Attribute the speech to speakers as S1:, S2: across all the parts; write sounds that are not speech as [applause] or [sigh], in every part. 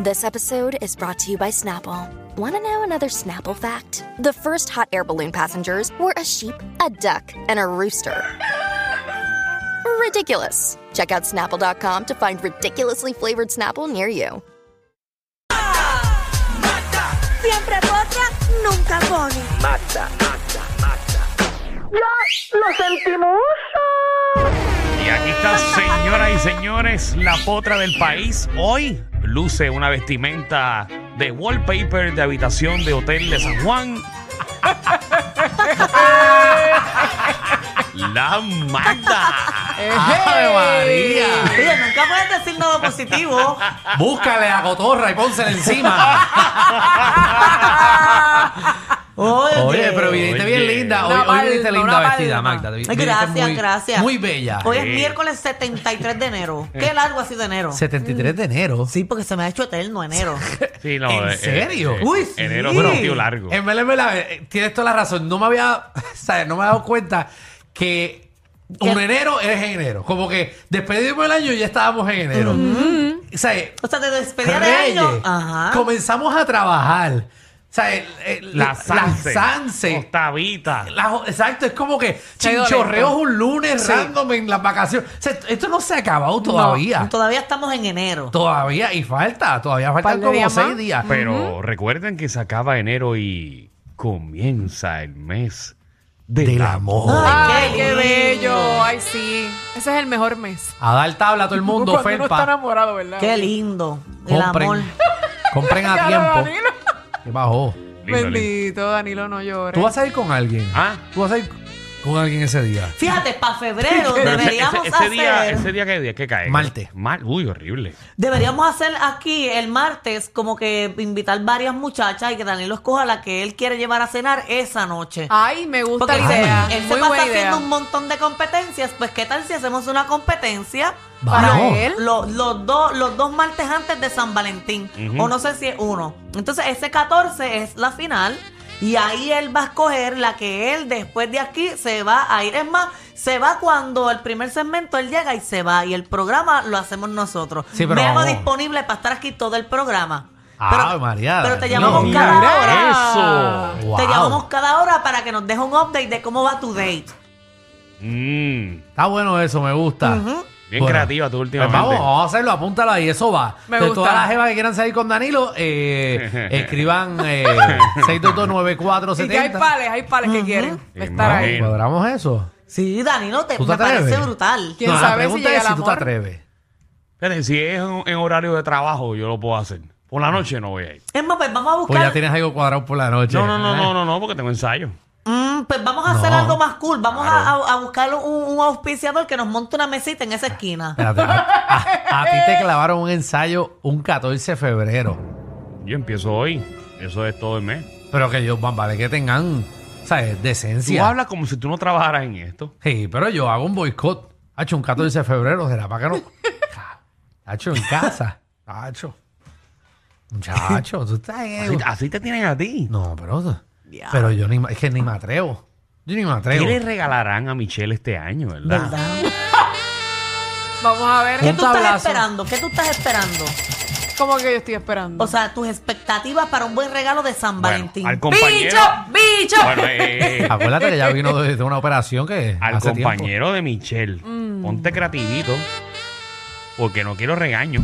S1: This episode is brought to you by Snapple. Want to know another Snapple fact? The first hot air balloon passengers were a sheep, a duck, and a rooster. Ridiculous. Check out snapple.com to find ridiculously flavored Snapple near you.
S2: Siempre potra, nunca pone.
S3: Y aquí está, señoras y señores, la potra del país. Hoy luce una vestimenta de wallpaper de habitación de hotel de San Juan.
S4: [laughs]
S3: La Magda. ¡Ave María!
S5: Oye, nunca puedes decir nada positivo.
S4: Búscale a Cotorra y pónsela encima.
S5: Oye,
S4: Oye, pero viniste bien
S3: Oye.
S4: linda. Hoy,
S5: Una
S4: hoy viniste
S5: palma,
S4: linda
S5: una
S4: vestida,
S5: palma.
S4: Magda. Te vi-
S5: Ay,
S4: viniste
S5: Gracias,
S4: muy-
S5: gracias.
S4: Muy bella.
S5: Hoy es
S3: Sí.
S5: miércoles 73 de enero. Qué largo ha sido enero.
S4: 73 de enero.
S5: Sí, porque se me ha hecho eterno enero.
S3: Sí, no,
S4: ¿En
S3: eh,
S4: serio?
S3: eh,
S5: Uy, sí.
S3: Enero fue un tío largo.
S4: En verdad, en verdad, eh, tienes toda la razón. No me había, [laughs] ¿sabes? No me había dado cuenta que un
S5: Que-
S4: enero es enero. Como que despedimos el año y ya estábamos en enero. ¿Sabes?
S5: O sea, te despedía de
S4: Reyes,
S5: año. Ajá.
S4: comenzamos a trabajar. O sea, el- el-
S3: La
S4: la
S3: Sanse.
S4: Sanse.
S3: Octavita.
S4: La jo- exacto, es como que
S5: ha ido
S4: chinchorreos
S5: lento.
S4: un lunes
S5: Sí.
S4: random en las vacaciones. O sea, esto no se ha acabado
S5: No,
S4: todavía.
S5: todavía estamos en enero.
S4: todavía, y falta, todavía faltan
S5: de
S4: como
S5: días
S4: seis
S5: más.
S4: días.
S3: Pero recuerden que se acaba enero y comienza el mes del,
S4: Del
S3: amor.
S4: amor.
S6: Ay, qué
S5: lindo.
S6: bello. Ay, sí. Ese es el mejor mes.
S4: A dar tabla a todo el mundo,
S6: Cuando uno está
S4: Felpa.
S6: enamorado, ¿verdad?
S5: Qué lindo. El
S4: compren.
S5: amor.
S4: [laughs] Compren
S6: Ya,
S4: a tiempo.
S6: Danilo.
S4: ¿Qué bajó?
S3: Lindo, lindo.
S6: Bendito, Danilo, no llores.
S4: Tú vas a ir con alguien.
S3: Ah.
S4: Tú vas a ir con alguien ese día.
S5: Fíjate, para febrero
S3: Pero ese-
S5: deberíamos
S3: ese, ese día,
S5: hacer.
S3: ese día qué día qué cae?
S4: Martes.
S3: Mal, uy, horrible.
S5: Deberíamos hacer aquí el martes como que invitar varias muchachas y que Danilo escoja la que él quiere llevar a cenar esa noche.
S6: Ay, me gusta
S5: Porque
S6: la
S5: él se-
S6: idea.
S5: él se
S6: Muy
S5: pasa
S6: buena
S5: haciendo
S6: idea.
S5: un montón de competencias. Pues, ¿qué tal si hacemos una competencia
S6: Para
S4: Vamos.
S6: él.
S5: lo- los, dos, los dos martes antes de San Valentín?
S3: Ujú.
S5: O no sé si es uno. Entonces, ese 14 es la final. Y ahí él va a escoger la que él después de aquí se va a ir. Es más, se va cuando el primer segmento él llega y se va. Y el programa lo hacemos nosotros.
S4: Sí, pero
S5: Me hago
S4: vamos.
S5: disponible para estar aquí todo el programa.
S4: Ah, María,
S5: Pero te
S4: no,
S5: llamamos
S4: mira,
S5: cada
S4: mira
S5: hora.
S3: Eso.
S4: Wow.
S5: Te llamamos cada hora para que nos deje un update de cómo va tu date.
S3: Mm,
S4: Está bueno eso, me gusta.
S3: bien creativa tú
S4: Pues
S3: últimamente.
S4: vamos, vamos a hacerlo, apúntalo ahí, eso va.
S6: Me
S4: de
S6: gusta.
S4: todas las jevas que quieran salir con Danilo,
S3: [laughs]
S4: eh, escriban eh,
S6: Y que hay
S4: 6229470.
S6: pales, hay pales que quieren
S3: Sí,
S6: estar
S3: mami.
S6: ahí.
S4: Cuadramos eso.
S5: Sí, Danilo, te,
S4: ¿Tú te
S5: me parece
S4: atreves?
S5: brutal.
S6: ¿Quién
S4: No, la
S6: sabe si
S4: pregunta
S6: llega
S4: es
S6: el
S4: si tú te
S6: amor? [laughs]
S4: atreves. Pues
S3: Espérate, si es en, en horario de trabajo, yo lo puedo hacer. Por la noche no voy a ir.
S5: Es más, pues vamos a
S4: Pues ya
S5: buscar.
S4: tienes algo cuadrado por la noche.
S3: No, no, no, no, no, no, porque tengo ensayo.
S5: Mm, pues vamos a hacer
S4: No.
S5: algo más cool. Vamos a, a- a buscar un, un auspiciador que nos monte una mesita en esa esquina.
S4: [laughs] Espérate, a, a- a ti
S6: [laughs] Eh.
S4: te clavaron un ensayo un 14 de febrero.
S3: Yo empiezo hoy. Eso es todo el mes.
S4: Pero que ellos, van, vale, que tengan, ¿sabes?
S3: Tú
S4: Decencia.
S3: hablas como si tú no trabajaras en esto.
S4: Sí, pero yo hago un boicot. Hacho, un 14 de febrero, será para que no. Ca- Hacho, en casa. Hacho. Muchacho, tú estás
S3: Así,
S4: en
S3: así te tienen a ti.
S4: No, pero. Pero yo ni, es que ni me atrevo. Yo ni me atrevo.
S3: ¿Qué le regalarán a Michelle este año, verdad?
S5: ¿Verdad?
S6: Vamos a ver.
S5: ¿Qué
S4: Un
S5: tú estás
S4: tablazo.
S5: esperando? ¿Qué tú estás esperando?
S6: ¿Cómo que yo estoy esperando?
S5: O sea, tus expectativas para un buen regalo de San
S3: Bueno,
S5: Valentín.
S3: al compañero.
S6: ¡Bicho! ¡Bicho!
S3: Bueno, eh, eh, eh,
S4: [laughs] Acuérdate que ya vino de, de una operación que.
S3: al
S4: hace tiempo.
S3: compañero de Michelle.
S6: Mm.
S3: Ponte creativito. Porque no quiero regaño.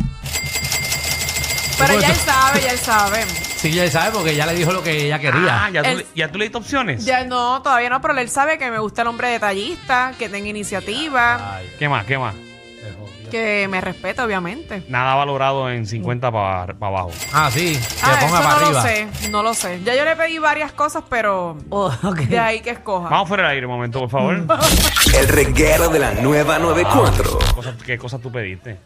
S3: [laughs]
S6: Pero ya él sabe, ya él sabe.
S4: Sí, ya sabe, porque ya le dijo lo que ella quería.
S3: Ah, ya, tú,
S6: El-
S3: le- ya tú le diste opciones.
S6: Ya no, todavía no, pero él sabe que me gusta el hombre detallista, que tenga iniciativa,
S4: Ay,
S3: ¿Qué más? ¿Qué más?
S4: se jodió.
S6: que me respeta, obviamente.
S3: Nada valorado en 50 para abajo.
S4: Ah, sí, que
S6: Ah, eso
S4: ponga para
S6: no
S4: arriba.
S6: lo sé, no lo sé. Ya yo le pedí varias cosas, pero
S5: Oh, [laughs] ok.
S6: de ahí que escoja.
S3: Vamos fuera del aire un momento, por
S6: Mm.
S3: favor.
S7: El reguero de la nueva 94.
S3: Cosas- ¿Qué cosas tú pediste?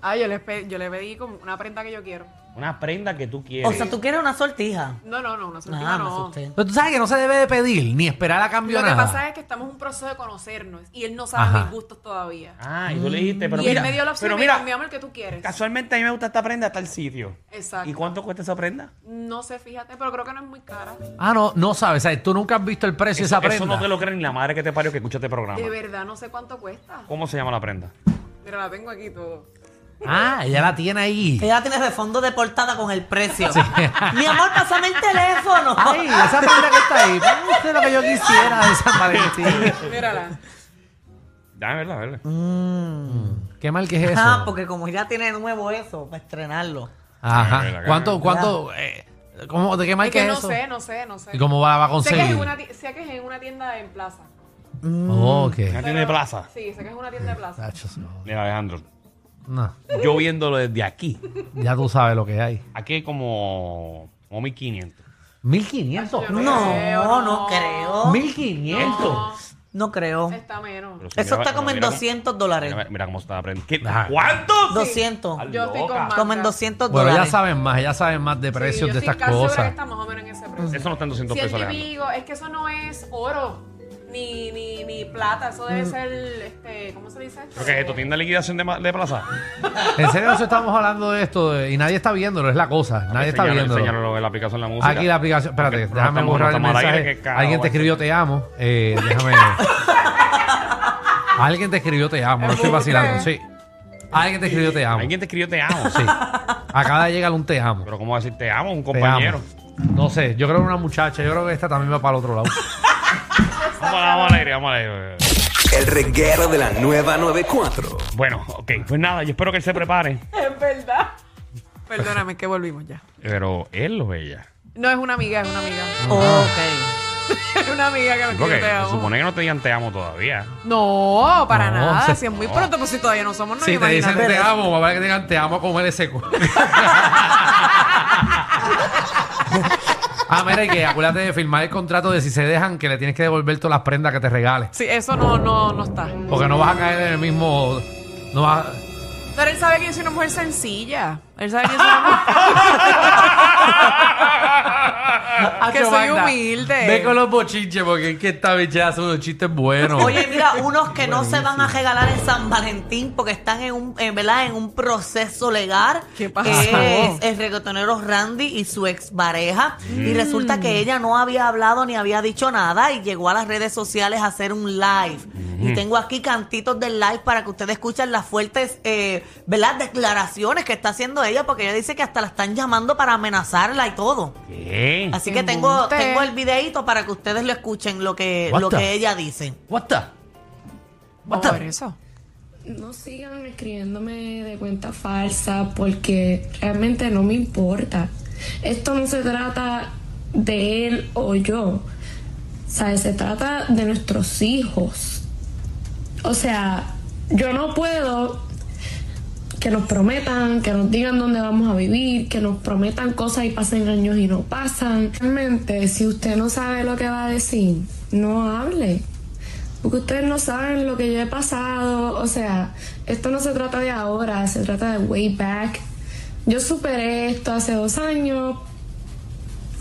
S6: Ah, yo le, pe- yo le pedí como una prenda que yo quiero.
S3: Una prenda que tú quieres.
S5: O sea, tú quieres una sortija.
S6: No, no, no, una sortija
S5: Ah,
S6: no.
S5: no
S6: Lo
S5: sé usted.
S4: Pero tú sabes que no se debe de pedir ni esperar a cambio
S6: que
S4: nada.
S6: pasa es que estamos en un proceso de conocernos y él no sabe
S4: Ajá.
S6: mis gustos todavía.
S3: Ah, y tú le dijiste, pero
S6: y
S3: mira,
S6: él me dio la opción
S3: pero
S6: y me
S3: mira,
S6: dijo, mi amor, que tú quieres.
S3: casualmente a mí me gusta esta prenda a tal sitio.
S6: Exacto.
S3: ¿Y cuánto cuesta esa prenda?
S6: No sé, fíjate, pero creo que no es muy cara.
S4: Ah, no, no sabes, ¿sabes? Tú nunca has visto el precio de esa prenda.
S3: Eso no te lo cree ni la madre que te parió que escucha este programa.
S6: De verdad, no sé cuánto cuesta.
S3: ¿Cómo se llama la prenda?
S4: [laughs]
S6: Pero la tengo aquí todo.
S4: Ah, ella la tiene ahí.
S5: Ella tiene de fondo de portada con el precio. [laughs] Mi amor, pásame el teléfono.
S4: [laughs] Ay, esa palabra que está ahí. Ponme usted lo que yo quisiera de San Valentín.
S6: Mírala.
S3: Dame verla, verla.
S4: Mm. Qué mal que es eso.
S5: Ah, porque como ya tiene nuevo eso, para estrenarlo.
S4: Ajá.
S3: Cámbiala,
S4: ¿Cuánto, cuánto, eh, cómo, de qué mal
S6: Es
S4: que
S6: que
S4: es
S6: no
S4: eso?
S6: sé, no sé, no sé.
S4: ¿Y cómo la va a
S6: Sé que,
S4: conseguir?
S6: es en una, ti- sé que es en una tienda en plaza.
S4: Ok.
S3: Ya tiene plaza.
S6: Sí, sé que es una tienda de plaza.
S4: Nacho, no.
S3: Mira, Alejandro.
S4: No,
S3: Yo viéndolo desde aquí.
S4: ya tú sabes lo que hay.
S3: Aquí hay como, como 1500.
S4: 1500.
S6: No
S5: No,
S6: creo,
S5: no,
S6: no.
S5: creo.
S4: 1500.
S5: No creo.
S6: Está menos.
S3: Pero si
S5: Eso
S3: mira-
S5: está como en
S3: mira cómo-
S5: 200 dólares.
S3: Mira, mira cómo está aprendiendo. ¿Qué?
S4: Ajá.
S3: ¿Cuántos?
S5: 200.
S3: Al-
S6: Yo estoy con
S3: Loca.
S6: más.
S5: Como en 200
S4: Bueno, ya
S5: dólares.
S4: saben más, ya saben más de precios de estas cosas.
S6: Está más o menos en ese precio.
S3: Eso no está en 200 pesos,
S6: Ciento y
S3: Alejandro.
S6: pico, es que eso no es oro ni, ni, ni plata, eso debe ser, este, ¿cómo se dice?
S3: ¿Pero qué es esto? ¿Tiene una liquidación de, ma- de plaza?
S4: En serio, nosotros estamos hablando de esto eh, y nadie está viéndolo, es la cosa. Nadie está
S3: Enséñalo-
S4: viéndolo.
S3: enséñalo en la aplicación de la música.
S4: Aquí la aplicación. Espérate,
S3: Porque
S4: déjame
S3: estamos-
S4: borrar el
S3: estamos al aire,
S4: mensaje.
S3: qué carajo,
S4: Alguien te escribió te amo. Eh,
S3: [laughs]
S4: déjame. Alguien te escribió te amo. No estoy vacilando. Sí. Alguien te escribió te amo.
S3: Alguien te escribió te amo.
S4: Sí. Acaba de llegar un te amo.
S3: Pero ¿cómo va a decir te amo? Un
S4: Te
S3: compañero.
S4: amo. No sé, yo creo que una muchacha. Yo creo que esta también va para el otro lado.
S3: Vamos, a- vamos al aire, vamos al aire.
S7: El reguero de la nueva 94.
S3: Bueno, ok. Pues nada, yo espero que él se prepare.
S6: [laughs] Es verdad. Perdóname, que volvimos ya.
S3: Pero él o ella.
S6: No es una amiga, es una
S3: [laughs]
S6: amiga.
S5: Ok.
S6: Es una amiga que me
S3: Porque
S6: quiere, te amo.
S3: se supone que no te digan te amo todavía.
S6: No, para
S4: No,
S6: nada.
S4: se-
S6: Si es muy pronto, pues si todavía no somos novios,
S4: Si te dicen
S6: imagínate.
S4: te amo, va a ver que digan te amo a comer ese cu- [laughs] Ah, mira, y que acuérdate de firmar el contrato de si se dejan que le tienes que devolver todas las prendas que te regales.
S6: Sí, eso no, no, no está.
S4: Porque no vas a caer en el mismo. No vas a-
S6: Pero él sabe que yo soy una mujer sencilla. Él sabe que yo soy una mujer...
S4: [laughs]
S6: [laughs] Que
S4: Acho,
S6: soy
S4: Magda,
S6: humilde.
S4: Ve con los bochinches, porque es que esta bicha hace unos chistes buenos.
S5: Oye, mira, unos que no se van a regalar en San Valentín porque están en un, en, ¿verdad? en un proceso legal.
S6: ¿Qué pasó?
S5: Que es el reggaetonero Randy y su expareja.
S4: Mm.
S5: Y resulta que ella no había hablado ni había dicho nada y llegó a las redes sociales a hacer un live.
S4: Mm.
S5: Y tengo aquí cantitos del live para que ustedes escuchen las fuertes, eh, ¿verdad? Declaraciones que está haciendo ella porque ella dice que hasta la están llamando para amenazarla y todo.
S3: ¿Qué?
S5: Así que tengo,
S6: Embuste.
S5: tengo el videito para que ustedes lo escuchen, lo que,
S4: What
S5: lo
S4: the-
S5: que ella dice.
S4: What the?
S6: Vamos a ver eso.
S8: No sigan escribiéndome de cuenta falsa porque realmente no me importa. Esto no se trata de él o yo. ¿Sabes? Se trata de nuestros hijos. O sea, yo no puedo que nos prometan, que nos digan dónde vamos a vivir, que nos prometan cosas y pasen años y no pasan. Realmente, si usted no sabe lo que va a decir, no hable. Porque ustedes no saben lo que yo he pasado. O sea, esto no se trata de ahora, se trata de way back. Yo superé esto hace dos años.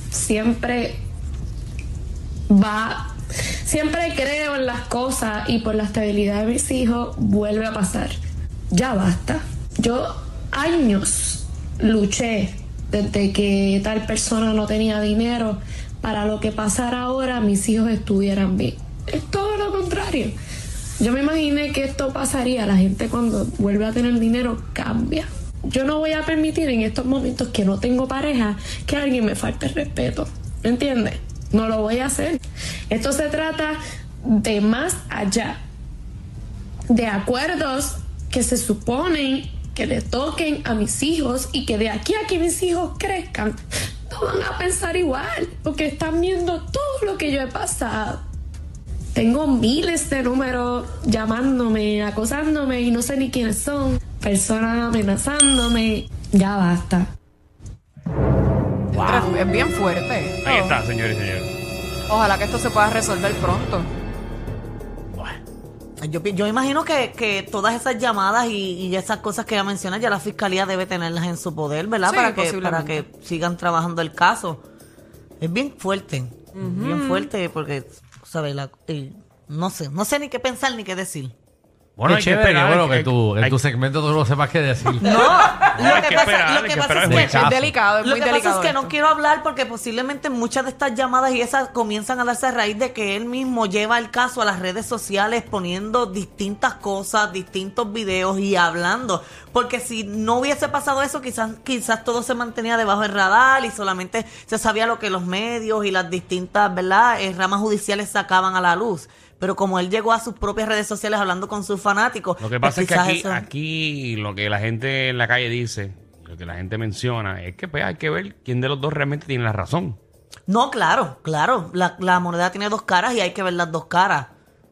S8: Siempre va. Siempre creo en las cosas y por la estabilidad de mis hijos vuelve a pasar. Ya basta. Yo años luché desde que tal persona no tenía dinero para lo que pasara ahora mis hijos estuvieran bien. Es todo lo contrario. Yo me imaginé que esto pasaría. La gente cuando vuelve a tener dinero cambia. Yo no voy a permitir en estos momentos que no tengo pareja que alguien me falte el respeto. ¿Me entiendes? No lo voy a hacer. Esto se trata de más allá. De acuerdos que se suponen que le toquen a mis hijos y que de aquí a que mis hijos crezcan, no van a pensar igual, porque están viendo todo lo que yo he pasado. Tengo miles de números llamándome, acosándome y no sé ni quiénes son. Personas amenazándome. Ya basta.
S6: Entra- Es bien fuerte.
S3: Ahí está, señores y señores.
S6: Ojalá que esto se pueda resolver pronto.
S5: Yo, pi- yo imagino que, que todas esas llamadas y, y esas cosas que ya mencionas, ya la fiscalía debe tenerlas en su poder, ¿verdad?
S6: Sí,
S5: para, que, para
S6: posiblemente.
S5: que sigan trabajando el caso. Es bien fuerte, bien fuerte porque, ¿sabes? La- eh, no sé, no sé ni qué pensar ni qué decir.
S3: Bueno,
S4: Qué
S3: hay que
S4: chévere,
S3: esperar.
S4: bueno,
S3: hay-
S4: que tú, en
S3: hay-
S4: tu segmento tú no sepas qué decir.
S3: No, hay que
S5: pasa-
S3: esperar,
S5: lo
S3: hay
S5: que
S3: que
S5: pasa
S3: esperar
S5: es
S3: el
S5: que-
S3: muchacho.
S6: Es delicado, es
S5: Lo que
S6: muy
S5: pasa es
S6: delicado
S5: que
S6: esto.
S5: no quiero hablar porque posiblemente muchas de estas llamadas y esas comienzan a darse a raíz de que él mismo lleva el caso a las redes sociales poniendo distintas cosas, distintos videos y hablando. Porque si no hubiese pasado eso, quizás, quizás todo se mantenía debajo del radar y solamente se sabía lo que los medios y las distintas ¿verdad? Eh, ramas judiciales sacaban a la luz. Pero como él llegó a sus propias redes sociales hablando con sus fanáticos,
S3: Lo que
S5: pues
S3: pasa es que
S5: quizás
S3: aquí,
S5: eso-
S3: aquí lo que la gente en la calle dice, lo que la gente menciona, es que pues, hay que ver quién de los dos realmente tiene la razón.
S5: No, claro, claro. La, la moneda tiene dos caras y hay que ver las dos caras.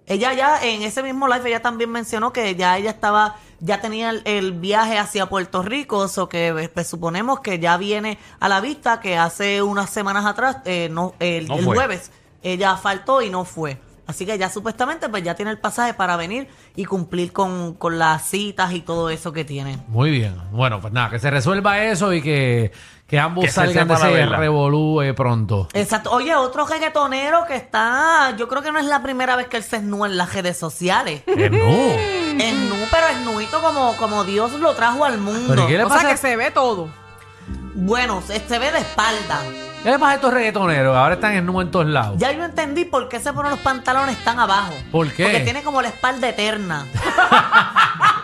S5: Ella ya, en ese mismo live, ella también mencionó que ya ella estaba, ya tenía el, el viaje hacia Puerto Rico, o que pues, suponemos que ya viene a la vista que hace unas semanas atrás, eh, no, el,
S3: No
S5: el
S3: fue.
S5: jueves, ella faltó y no fue. Así que ya supuestamente pues ya tiene el pasaje para venir y cumplir con, con las citas y todo eso que tiene.
S4: Muy bien. Bueno, pues nada, que se resuelva eso y que, que ambos
S3: Que se
S4: salgan de
S3: sepa la
S4: ese
S3: verdad.
S4: revolú eh, pronto.
S5: Exacto. Oye, otro reggaetonero que está, yo creo que no es la primera vez que él se esnúa en las redes sociales.
S4: Eh, no.
S5: Esnú, pero esnuito como, como Dios lo trajo al
S4: ¿Pero
S5: mundo.
S4: y qué le
S6: O sea
S4: pasa?
S6: que se ve todo.
S5: Bueno, se se ve de espalda.
S4: ¿Qué le pasa a estos reggaetoneros? Ahora están en nu en todos lados.
S5: Ya yo entendí por qué se ponen los pantalones tan abajo.
S4: ¿Por qué?
S5: Porque tiene como la espalda
S4: [laughs]
S5: eterna.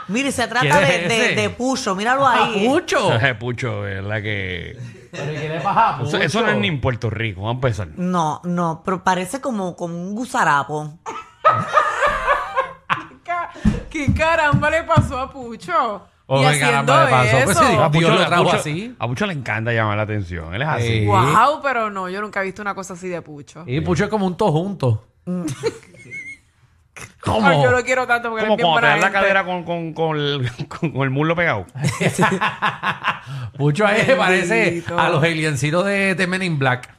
S5: Mire, se trata
S4: ¿Quién
S5: de,
S4: es
S5: de-
S4: ese? Ah,
S5: de Pucho, míralo ahí.
S4: ¡Mucho!
S3: [laughs] Pucho, ¿verdad que...?
S4: ¿Pero y qué le pasa a
S3: Eso,
S4: Ah, Pucho?
S3: eso no es ni en Puerto Rico, vamos a empezar.
S5: No, no, pero parece como, como un gusarapo.
S6: Ca- ¿Qué caramba le pasó a Pucho?
S4: Oh,
S6: y
S4: qué caramba
S6: haciendo
S4: le pasó.
S6: eso.
S4: Pues sí, diga- Dios lo trajo
S3: Pucho-
S4: así.
S3: a Pucho le encanta llamar la atención, él es así.
S4: Eh,
S6: Wow, pero no, yo nunca he visto una cosa así de Pucho.
S4: Y Pucho es como un todo
S6: [laughs]
S4: junto. ¿Cómo?
S6: Ay, yo lo quiero tanto porque él
S3: Como
S6: es bien
S3: cuando te
S6: buena
S3: das la
S6: gente.
S3: cadera con, con, con, el, [laughs] con- con el muslo pegado.
S4: Pucho ahí
S6: Bendito.
S4: parece a los aliencitos de, de Men in Black.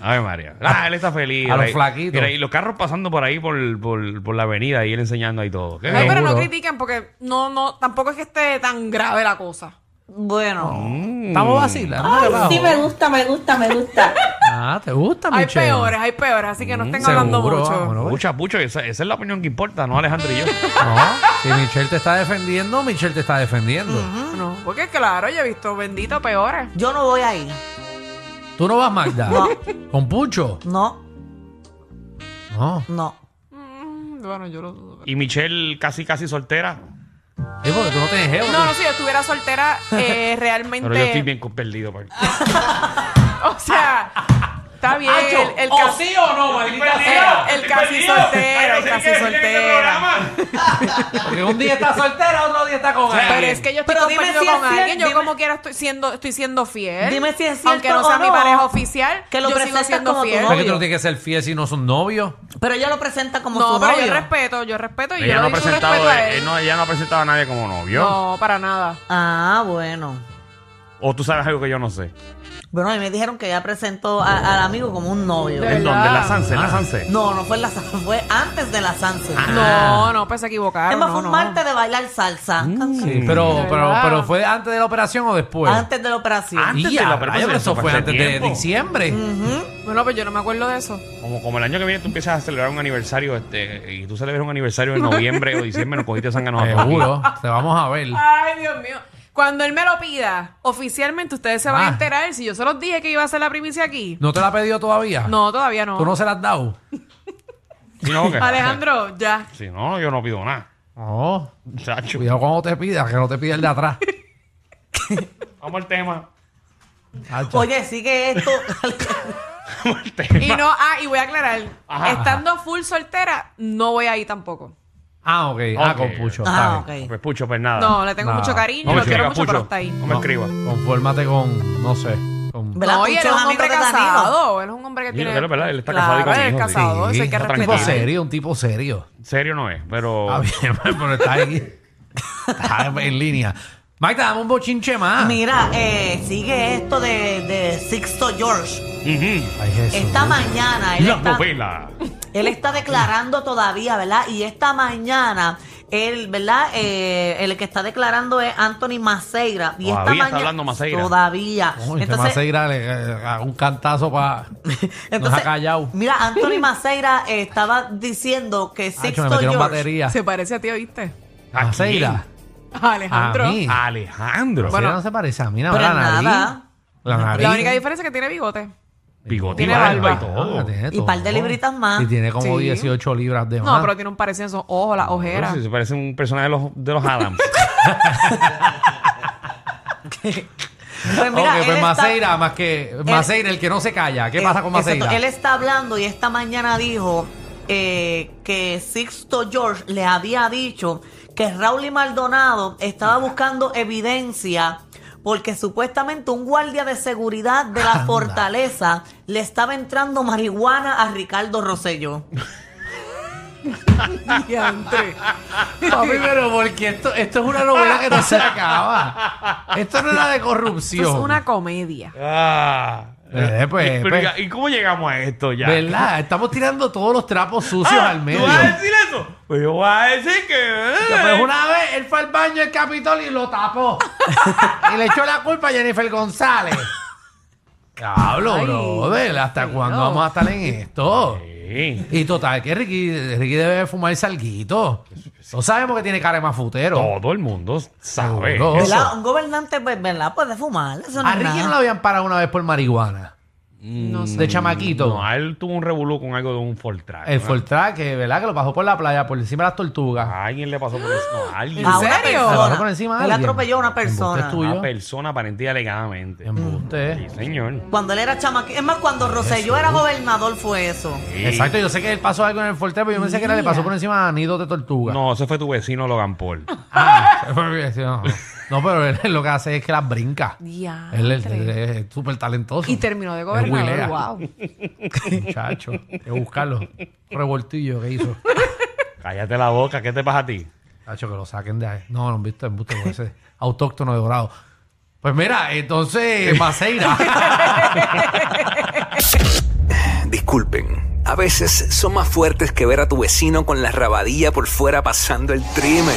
S3: A ver, María. Ah, él está feliz.
S4: A los
S3: Ahí-
S4: flaquitos.
S3: mira, y los carros pasando por ahí, por, por, por la avenida, y él enseñando ahí todo. Qué
S6: Ay,
S3: bien.
S6: pero no
S4: Seguro.
S6: critiquen porque no, no, tampoco es que esté tan grave la cosa.
S5: Bueno,
S4: Estamos
S6: Mm.
S4: vacilando. carajo.
S2: Sí, me gusta, me gusta, me gusta.
S4: Ah, ¿te gusta,
S6: Hay
S4: Michelle?
S6: peores, hay peores, así que no estén
S4: Seguro,
S6: hablando mucho.
S4: vámonos.
S3: Pucha, Pucho, esa, esa es la opinión que importa, no Alejandro y yo.
S4: No, si Michelle te está defendiendo, Michelle te está defendiendo.
S6: No, porque claro, yo he visto bendito peores.
S5: yo no voy ahí.
S4: ¿Tú no vas, Magda?
S5: No.
S4: ¿Con Pucho?
S5: No,
S4: No.
S5: no.
S6: Mm, Bueno, yo lo dudo.
S3: Y Michelle casi, casi soltera.
S4: Es porque tú no tienes geo.
S6: No, no, si yo
S5: [laughs]
S6: estuviera soltera, eh, realmente.
S3: Pero yo estoy bien con- perdido. por-
S6: [laughs] Ah, O sea,
S5: [laughs]
S6: está bien. El, el casi,
S4: o no, maldita
S6: el, el casi soltero, el casi soltera.
S4: Porque un día
S6: [laughs]
S4: está soltera, otro día está con
S6: Pero es que yo estoy
S5: Pero dime
S6: compartiendo
S5: si es
S6: con alguien,
S5: cierto,
S6: yo
S5: dime-
S6: como quiera estoy siendo, estoy siendo fiel.
S5: Dime si es
S6: Aunque
S5: cierto
S6: no sea
S5: o
S6: mi
S5: no,
S6: pareja oficial,
S5: que lo
S6: yo sigo
S5: presentas
S6: siendo
S5: como tu
S6: fiel.
S4: ¿Por qué tú
S5: novio.
S4: no tienes que ser fiel si no son novios?
S5: Pero ella lo presenta como
S6: No,
S5: su
S6: pero yo
S5: novio.
S6: respeto, yo respeto y yo
S3: Ella no,
S6: le
S3: ha
S6: doy su respeto
S3: presentado,
S6: a
S3: eh,
S6: él.
S3: no, ella no ha presentado a nadie como novio.
S6: No, para nada.
S5: Ah, bueno.
S3: O tú sabes algo que yo no sé.
S5: Bueno, y me dijeron que ella presentó a- al amigo como un novio.
S6: De-
S3: ¿En
S6: verdad?
S3: dónde? ¿En la Sanse?
S4: Ah.
S3: ¿En la Sanse?
S5: No, no fue en la Sanse, [laughs] fue antes de la Sanse.
S6: No, no, pues se equivocaron.
S5: Emma
S6: Ah, no,
S5: fue un
S6: no. Mm,
S5: martes de bailar salsa. Can- can-
S4: Sí, pero,
S6: De
S4: pero,
S6: verdad.
S4: pero ¿fue antes de la operación o después?
S5: Antes de la operación.
S3: Ah, Antes
S4: Ya,
S3: de la
S4: rayos,
S3: operación,
S4: pero
S3: eso
S4: eso
S3: fue
S4: fue
S3: hace
S4: antes de
S3: tiempo.
S4: diciembre.
S6: Bueno, pues yo no me acuerdo de eso.
S3: Como, como el año que viene tú empiezas a celebrar un aniversario este, y tú celebras un aniversario
S6: [laughs]
S3: en noviembre o diciembre, nos cogiste sangre a todos.
S4: Seguro, te vamos a ver.
S6: Ay, Dios mío. Cuando él me lo pida, oficialmente ustedes se van a
S4: Ah.
S6: enterar si yo se los dije que iba a hacer la primicia aquí.
S4: ¿No te la ha pedido todavía?
S6: No, todavía no.
S4: ¿Tú no se la has dado?
S3: Sí, no, ¿qué?
S6: Alejandro,
S3: [laughs]
S6: ya.
S3: Si no, yo no pido nada.
S4: No.
S3: Chacho.
S4: Cuidado cuando te pidas, que no te pida el de atrás.
S3: Vamos al tema.
S4: Hacho.
S5: Oye, sigue
S6: [laughs]
S5: esto.
S3: Vamos al tema.
S6: Y no, ah, y voy a aclarar.
S3: Ajá.
S6: Estando full soltera, no voy ahí tampoco.
S4: Ah, ok. Ah,
S3: Ok.
S4: con Pucho.
S5: ah,
S4: está bien.
S5: ok.
S3: Pues pucho, pues nada.
S6: No, le tengo
S4: No.
S6: mucho cariño,
S3: No pues me
S6: lo quiero
S3: escriba,
S6: mucho, pero
S3: Pucho.
S6: está ahí.
S3: No me escriba.
S4: Confórmate con, no sé. Con...
S5: ¿Verdad?
S6: No, y él
S5: Pucho
S6: es
S5: es
S6: un
S5: amigo
S6: hombre
S5: de Danilo.
S6: casado. Él es un hombre que
S3: Sí,
S6: tiene.
S3: él es verdad, él está
S6: Claro,
S3: casado y con
S6: él es
S3: hijos, sí.
S6: casado, eso hay que
S3: Está
S4: un
S3: tranquilo.
S4: tipo
S6: respetar.
S4: serio, un tipo serio.
S3: Serio no es, pero.
S4: Está Ah, bien, [laughs] pero está ahí. Está en línea. Magda, dame un bochinche
S6: Ah.
S4: más.
S5: Mira, eh, sigue esto de, de Sixto George.
S3: Ujú.
S4: Ay, Jesús.
S5: Esta mañana él
S3: La
S5: está,
S3: novela.
S5: él está declarando todavía, ¿verdad? Y esta mañana El, ¿verdad? Eh, el que está declarando es Anthony Maceira. Y esta
S3: Todavía está
S5: mañana-
S3: hablando Maceira.
S5: Todavía.
S4: Uy, este Maceira le- eh, a un cantazo para... nos ha callado.
S5: Mira, Anthony Maceira eh, estaba diciendo que
S4: Hacho, me
S5: Sixto
S4: metieron
S5: George.
S4: batería.
S6: Se parece a ti, ¿oíste? [laughs]
S3: ¿A
S4: Maceira.
S6: A
S4: A
S6: Alejandro.
S4: mí. Maceira
S3: Alejandro.
S4: no se parece a mí. No,
S5: Pero
S4: la
S5: nada.
S4: nariz. La nariz.
S6: La única diferencia es que tiene bigote.
S3: bigote y
S6: Tiene
S3: barba y
S6: barba.
S3: todo.
S4: Ah, tiene
S5: Y par de
S4: todo.
S5: libritas más.
S4: Y tiene como
S6: Sí.
S4: 18 libras de más.
S6: No, pero tiene un parecido en sus ojos, las
S3: Pero
S6: ojeras.
S3: sí, se parece un personaje de los, de los
S4: [laughs]
S3: Adams. [laughs]
S5: Pues mira,
S4: Ok,
S5: él
S4: pues
S5: está-
S4: Maceira, más que... Maceira, el que no se calla. ¿Qué
S5: Eh,
S4: pasa con
S5: exacto,
S4: Maceira?
S5: Él está hablando y esta mañana dijo eh, que Sixto George le había dicho que Raúl y Maldonado estaba buscando evidencia porque supuestamente un guardia de seguridad de la
S4: Anda.
S5: fortaleza le estaba entrando marihuana a Ricardo Rosello.
S6: [laughs] Diantre.
S4: [laughs] Papi, pero porque esto, esto es una novela que no se acaba. Esto no era de corrupción.
S6: Esto es una comedia.
S3: ah.
S4: Eh, pues,
S3: Pero,
S4: pues.
S3: ya, ¿Y cómo llegamos a esto ya?
S4: ¿Verdad? Estamos tirando todos los trapos sucios
S3: Ah,
S4: al medio.
S3: ¿Tú vas a decir eso? Pues yo voy a decir que. eh.
S4: Ya,
S5: Eh.
S4: pues, una vez él fue al baño del Capitol y lo
S5: [laughs]
S4: tapó. y le echó la culpa a Jennifer González. Diablo,
S6: Ay,
S4: brother. ¿Hasta
S6: pero-
S4: cuándo vamos a estar en esto?
S3: Sí.
S4: Y total, que Ricky, Ricky debe fumar salguito. No sabemos que tiene cara de mafutero.
S3: Todo el mundo sabe.
S4: Seguro.
S3: eso.
S5: ¿Verdad? Un gobernante, pues, ¿verdad? Puede fumar. Eso no
S4: A
S5: es
S4: Ricky no lo
S5: nada.
S4: habían parado una vez por marihuana.
S6: No sé.
S4: De chamaquito.
S3: No, él tuvo un revolú con algo de un Fortrack.
S4: El Fortrack, que, ¿verdad? Que lo pasó por la playa, por encima de las tortugas.
S3: A alguien le pasó por eso. No, a alguien.
S6: ¿En
S5: A
S3: Una
S5: una
S6: serio?
S5: persona.
S4: Se pasó por encima de
S5: Él
S4: alguien.
S5: atropelló a una
S4: Embuste
S5: persona.
S4: es
S3: Ah,
S4: tuyo.
S3: persona aparentía alegadamente. Sí,
S4: Embuste.
S3: señor.
S5: Cuando él era chamaquito. Es más, cuando Rosselló era gobernador fue eso.
S3: Sí.
S4: Exacto, yo sé que él pasó algo en el Fortrack, pero yo pensé que era le pasó por encima a nidos de tortuga.
S3: No, ese fue tu vecino Logan Paul.
S4: Ah, [laughs] sí, no, no. No, pero él lo que hace es que las brinca.
S6: Diantre.
S4: Él, es- él es súper talentoso.
S6: Y terminó de
S4: Es
S6: gobernador.
S4: huilea.
S6: Wow.
S4: Muchacho, hay que buscarlo. Revoltillo que hizo.
S3: Cállate la boca, ¿qué te pasa a ti?
S4: Muchacho, que lo saquen de ahí. No, no han visto embuste con ese autóctono de dorado. Pues mira, entonces, Maceira.
S7: Disculpen, a veces son más fuertes que ver a tu vecino con la rabadilla por fuera pasando el trimen.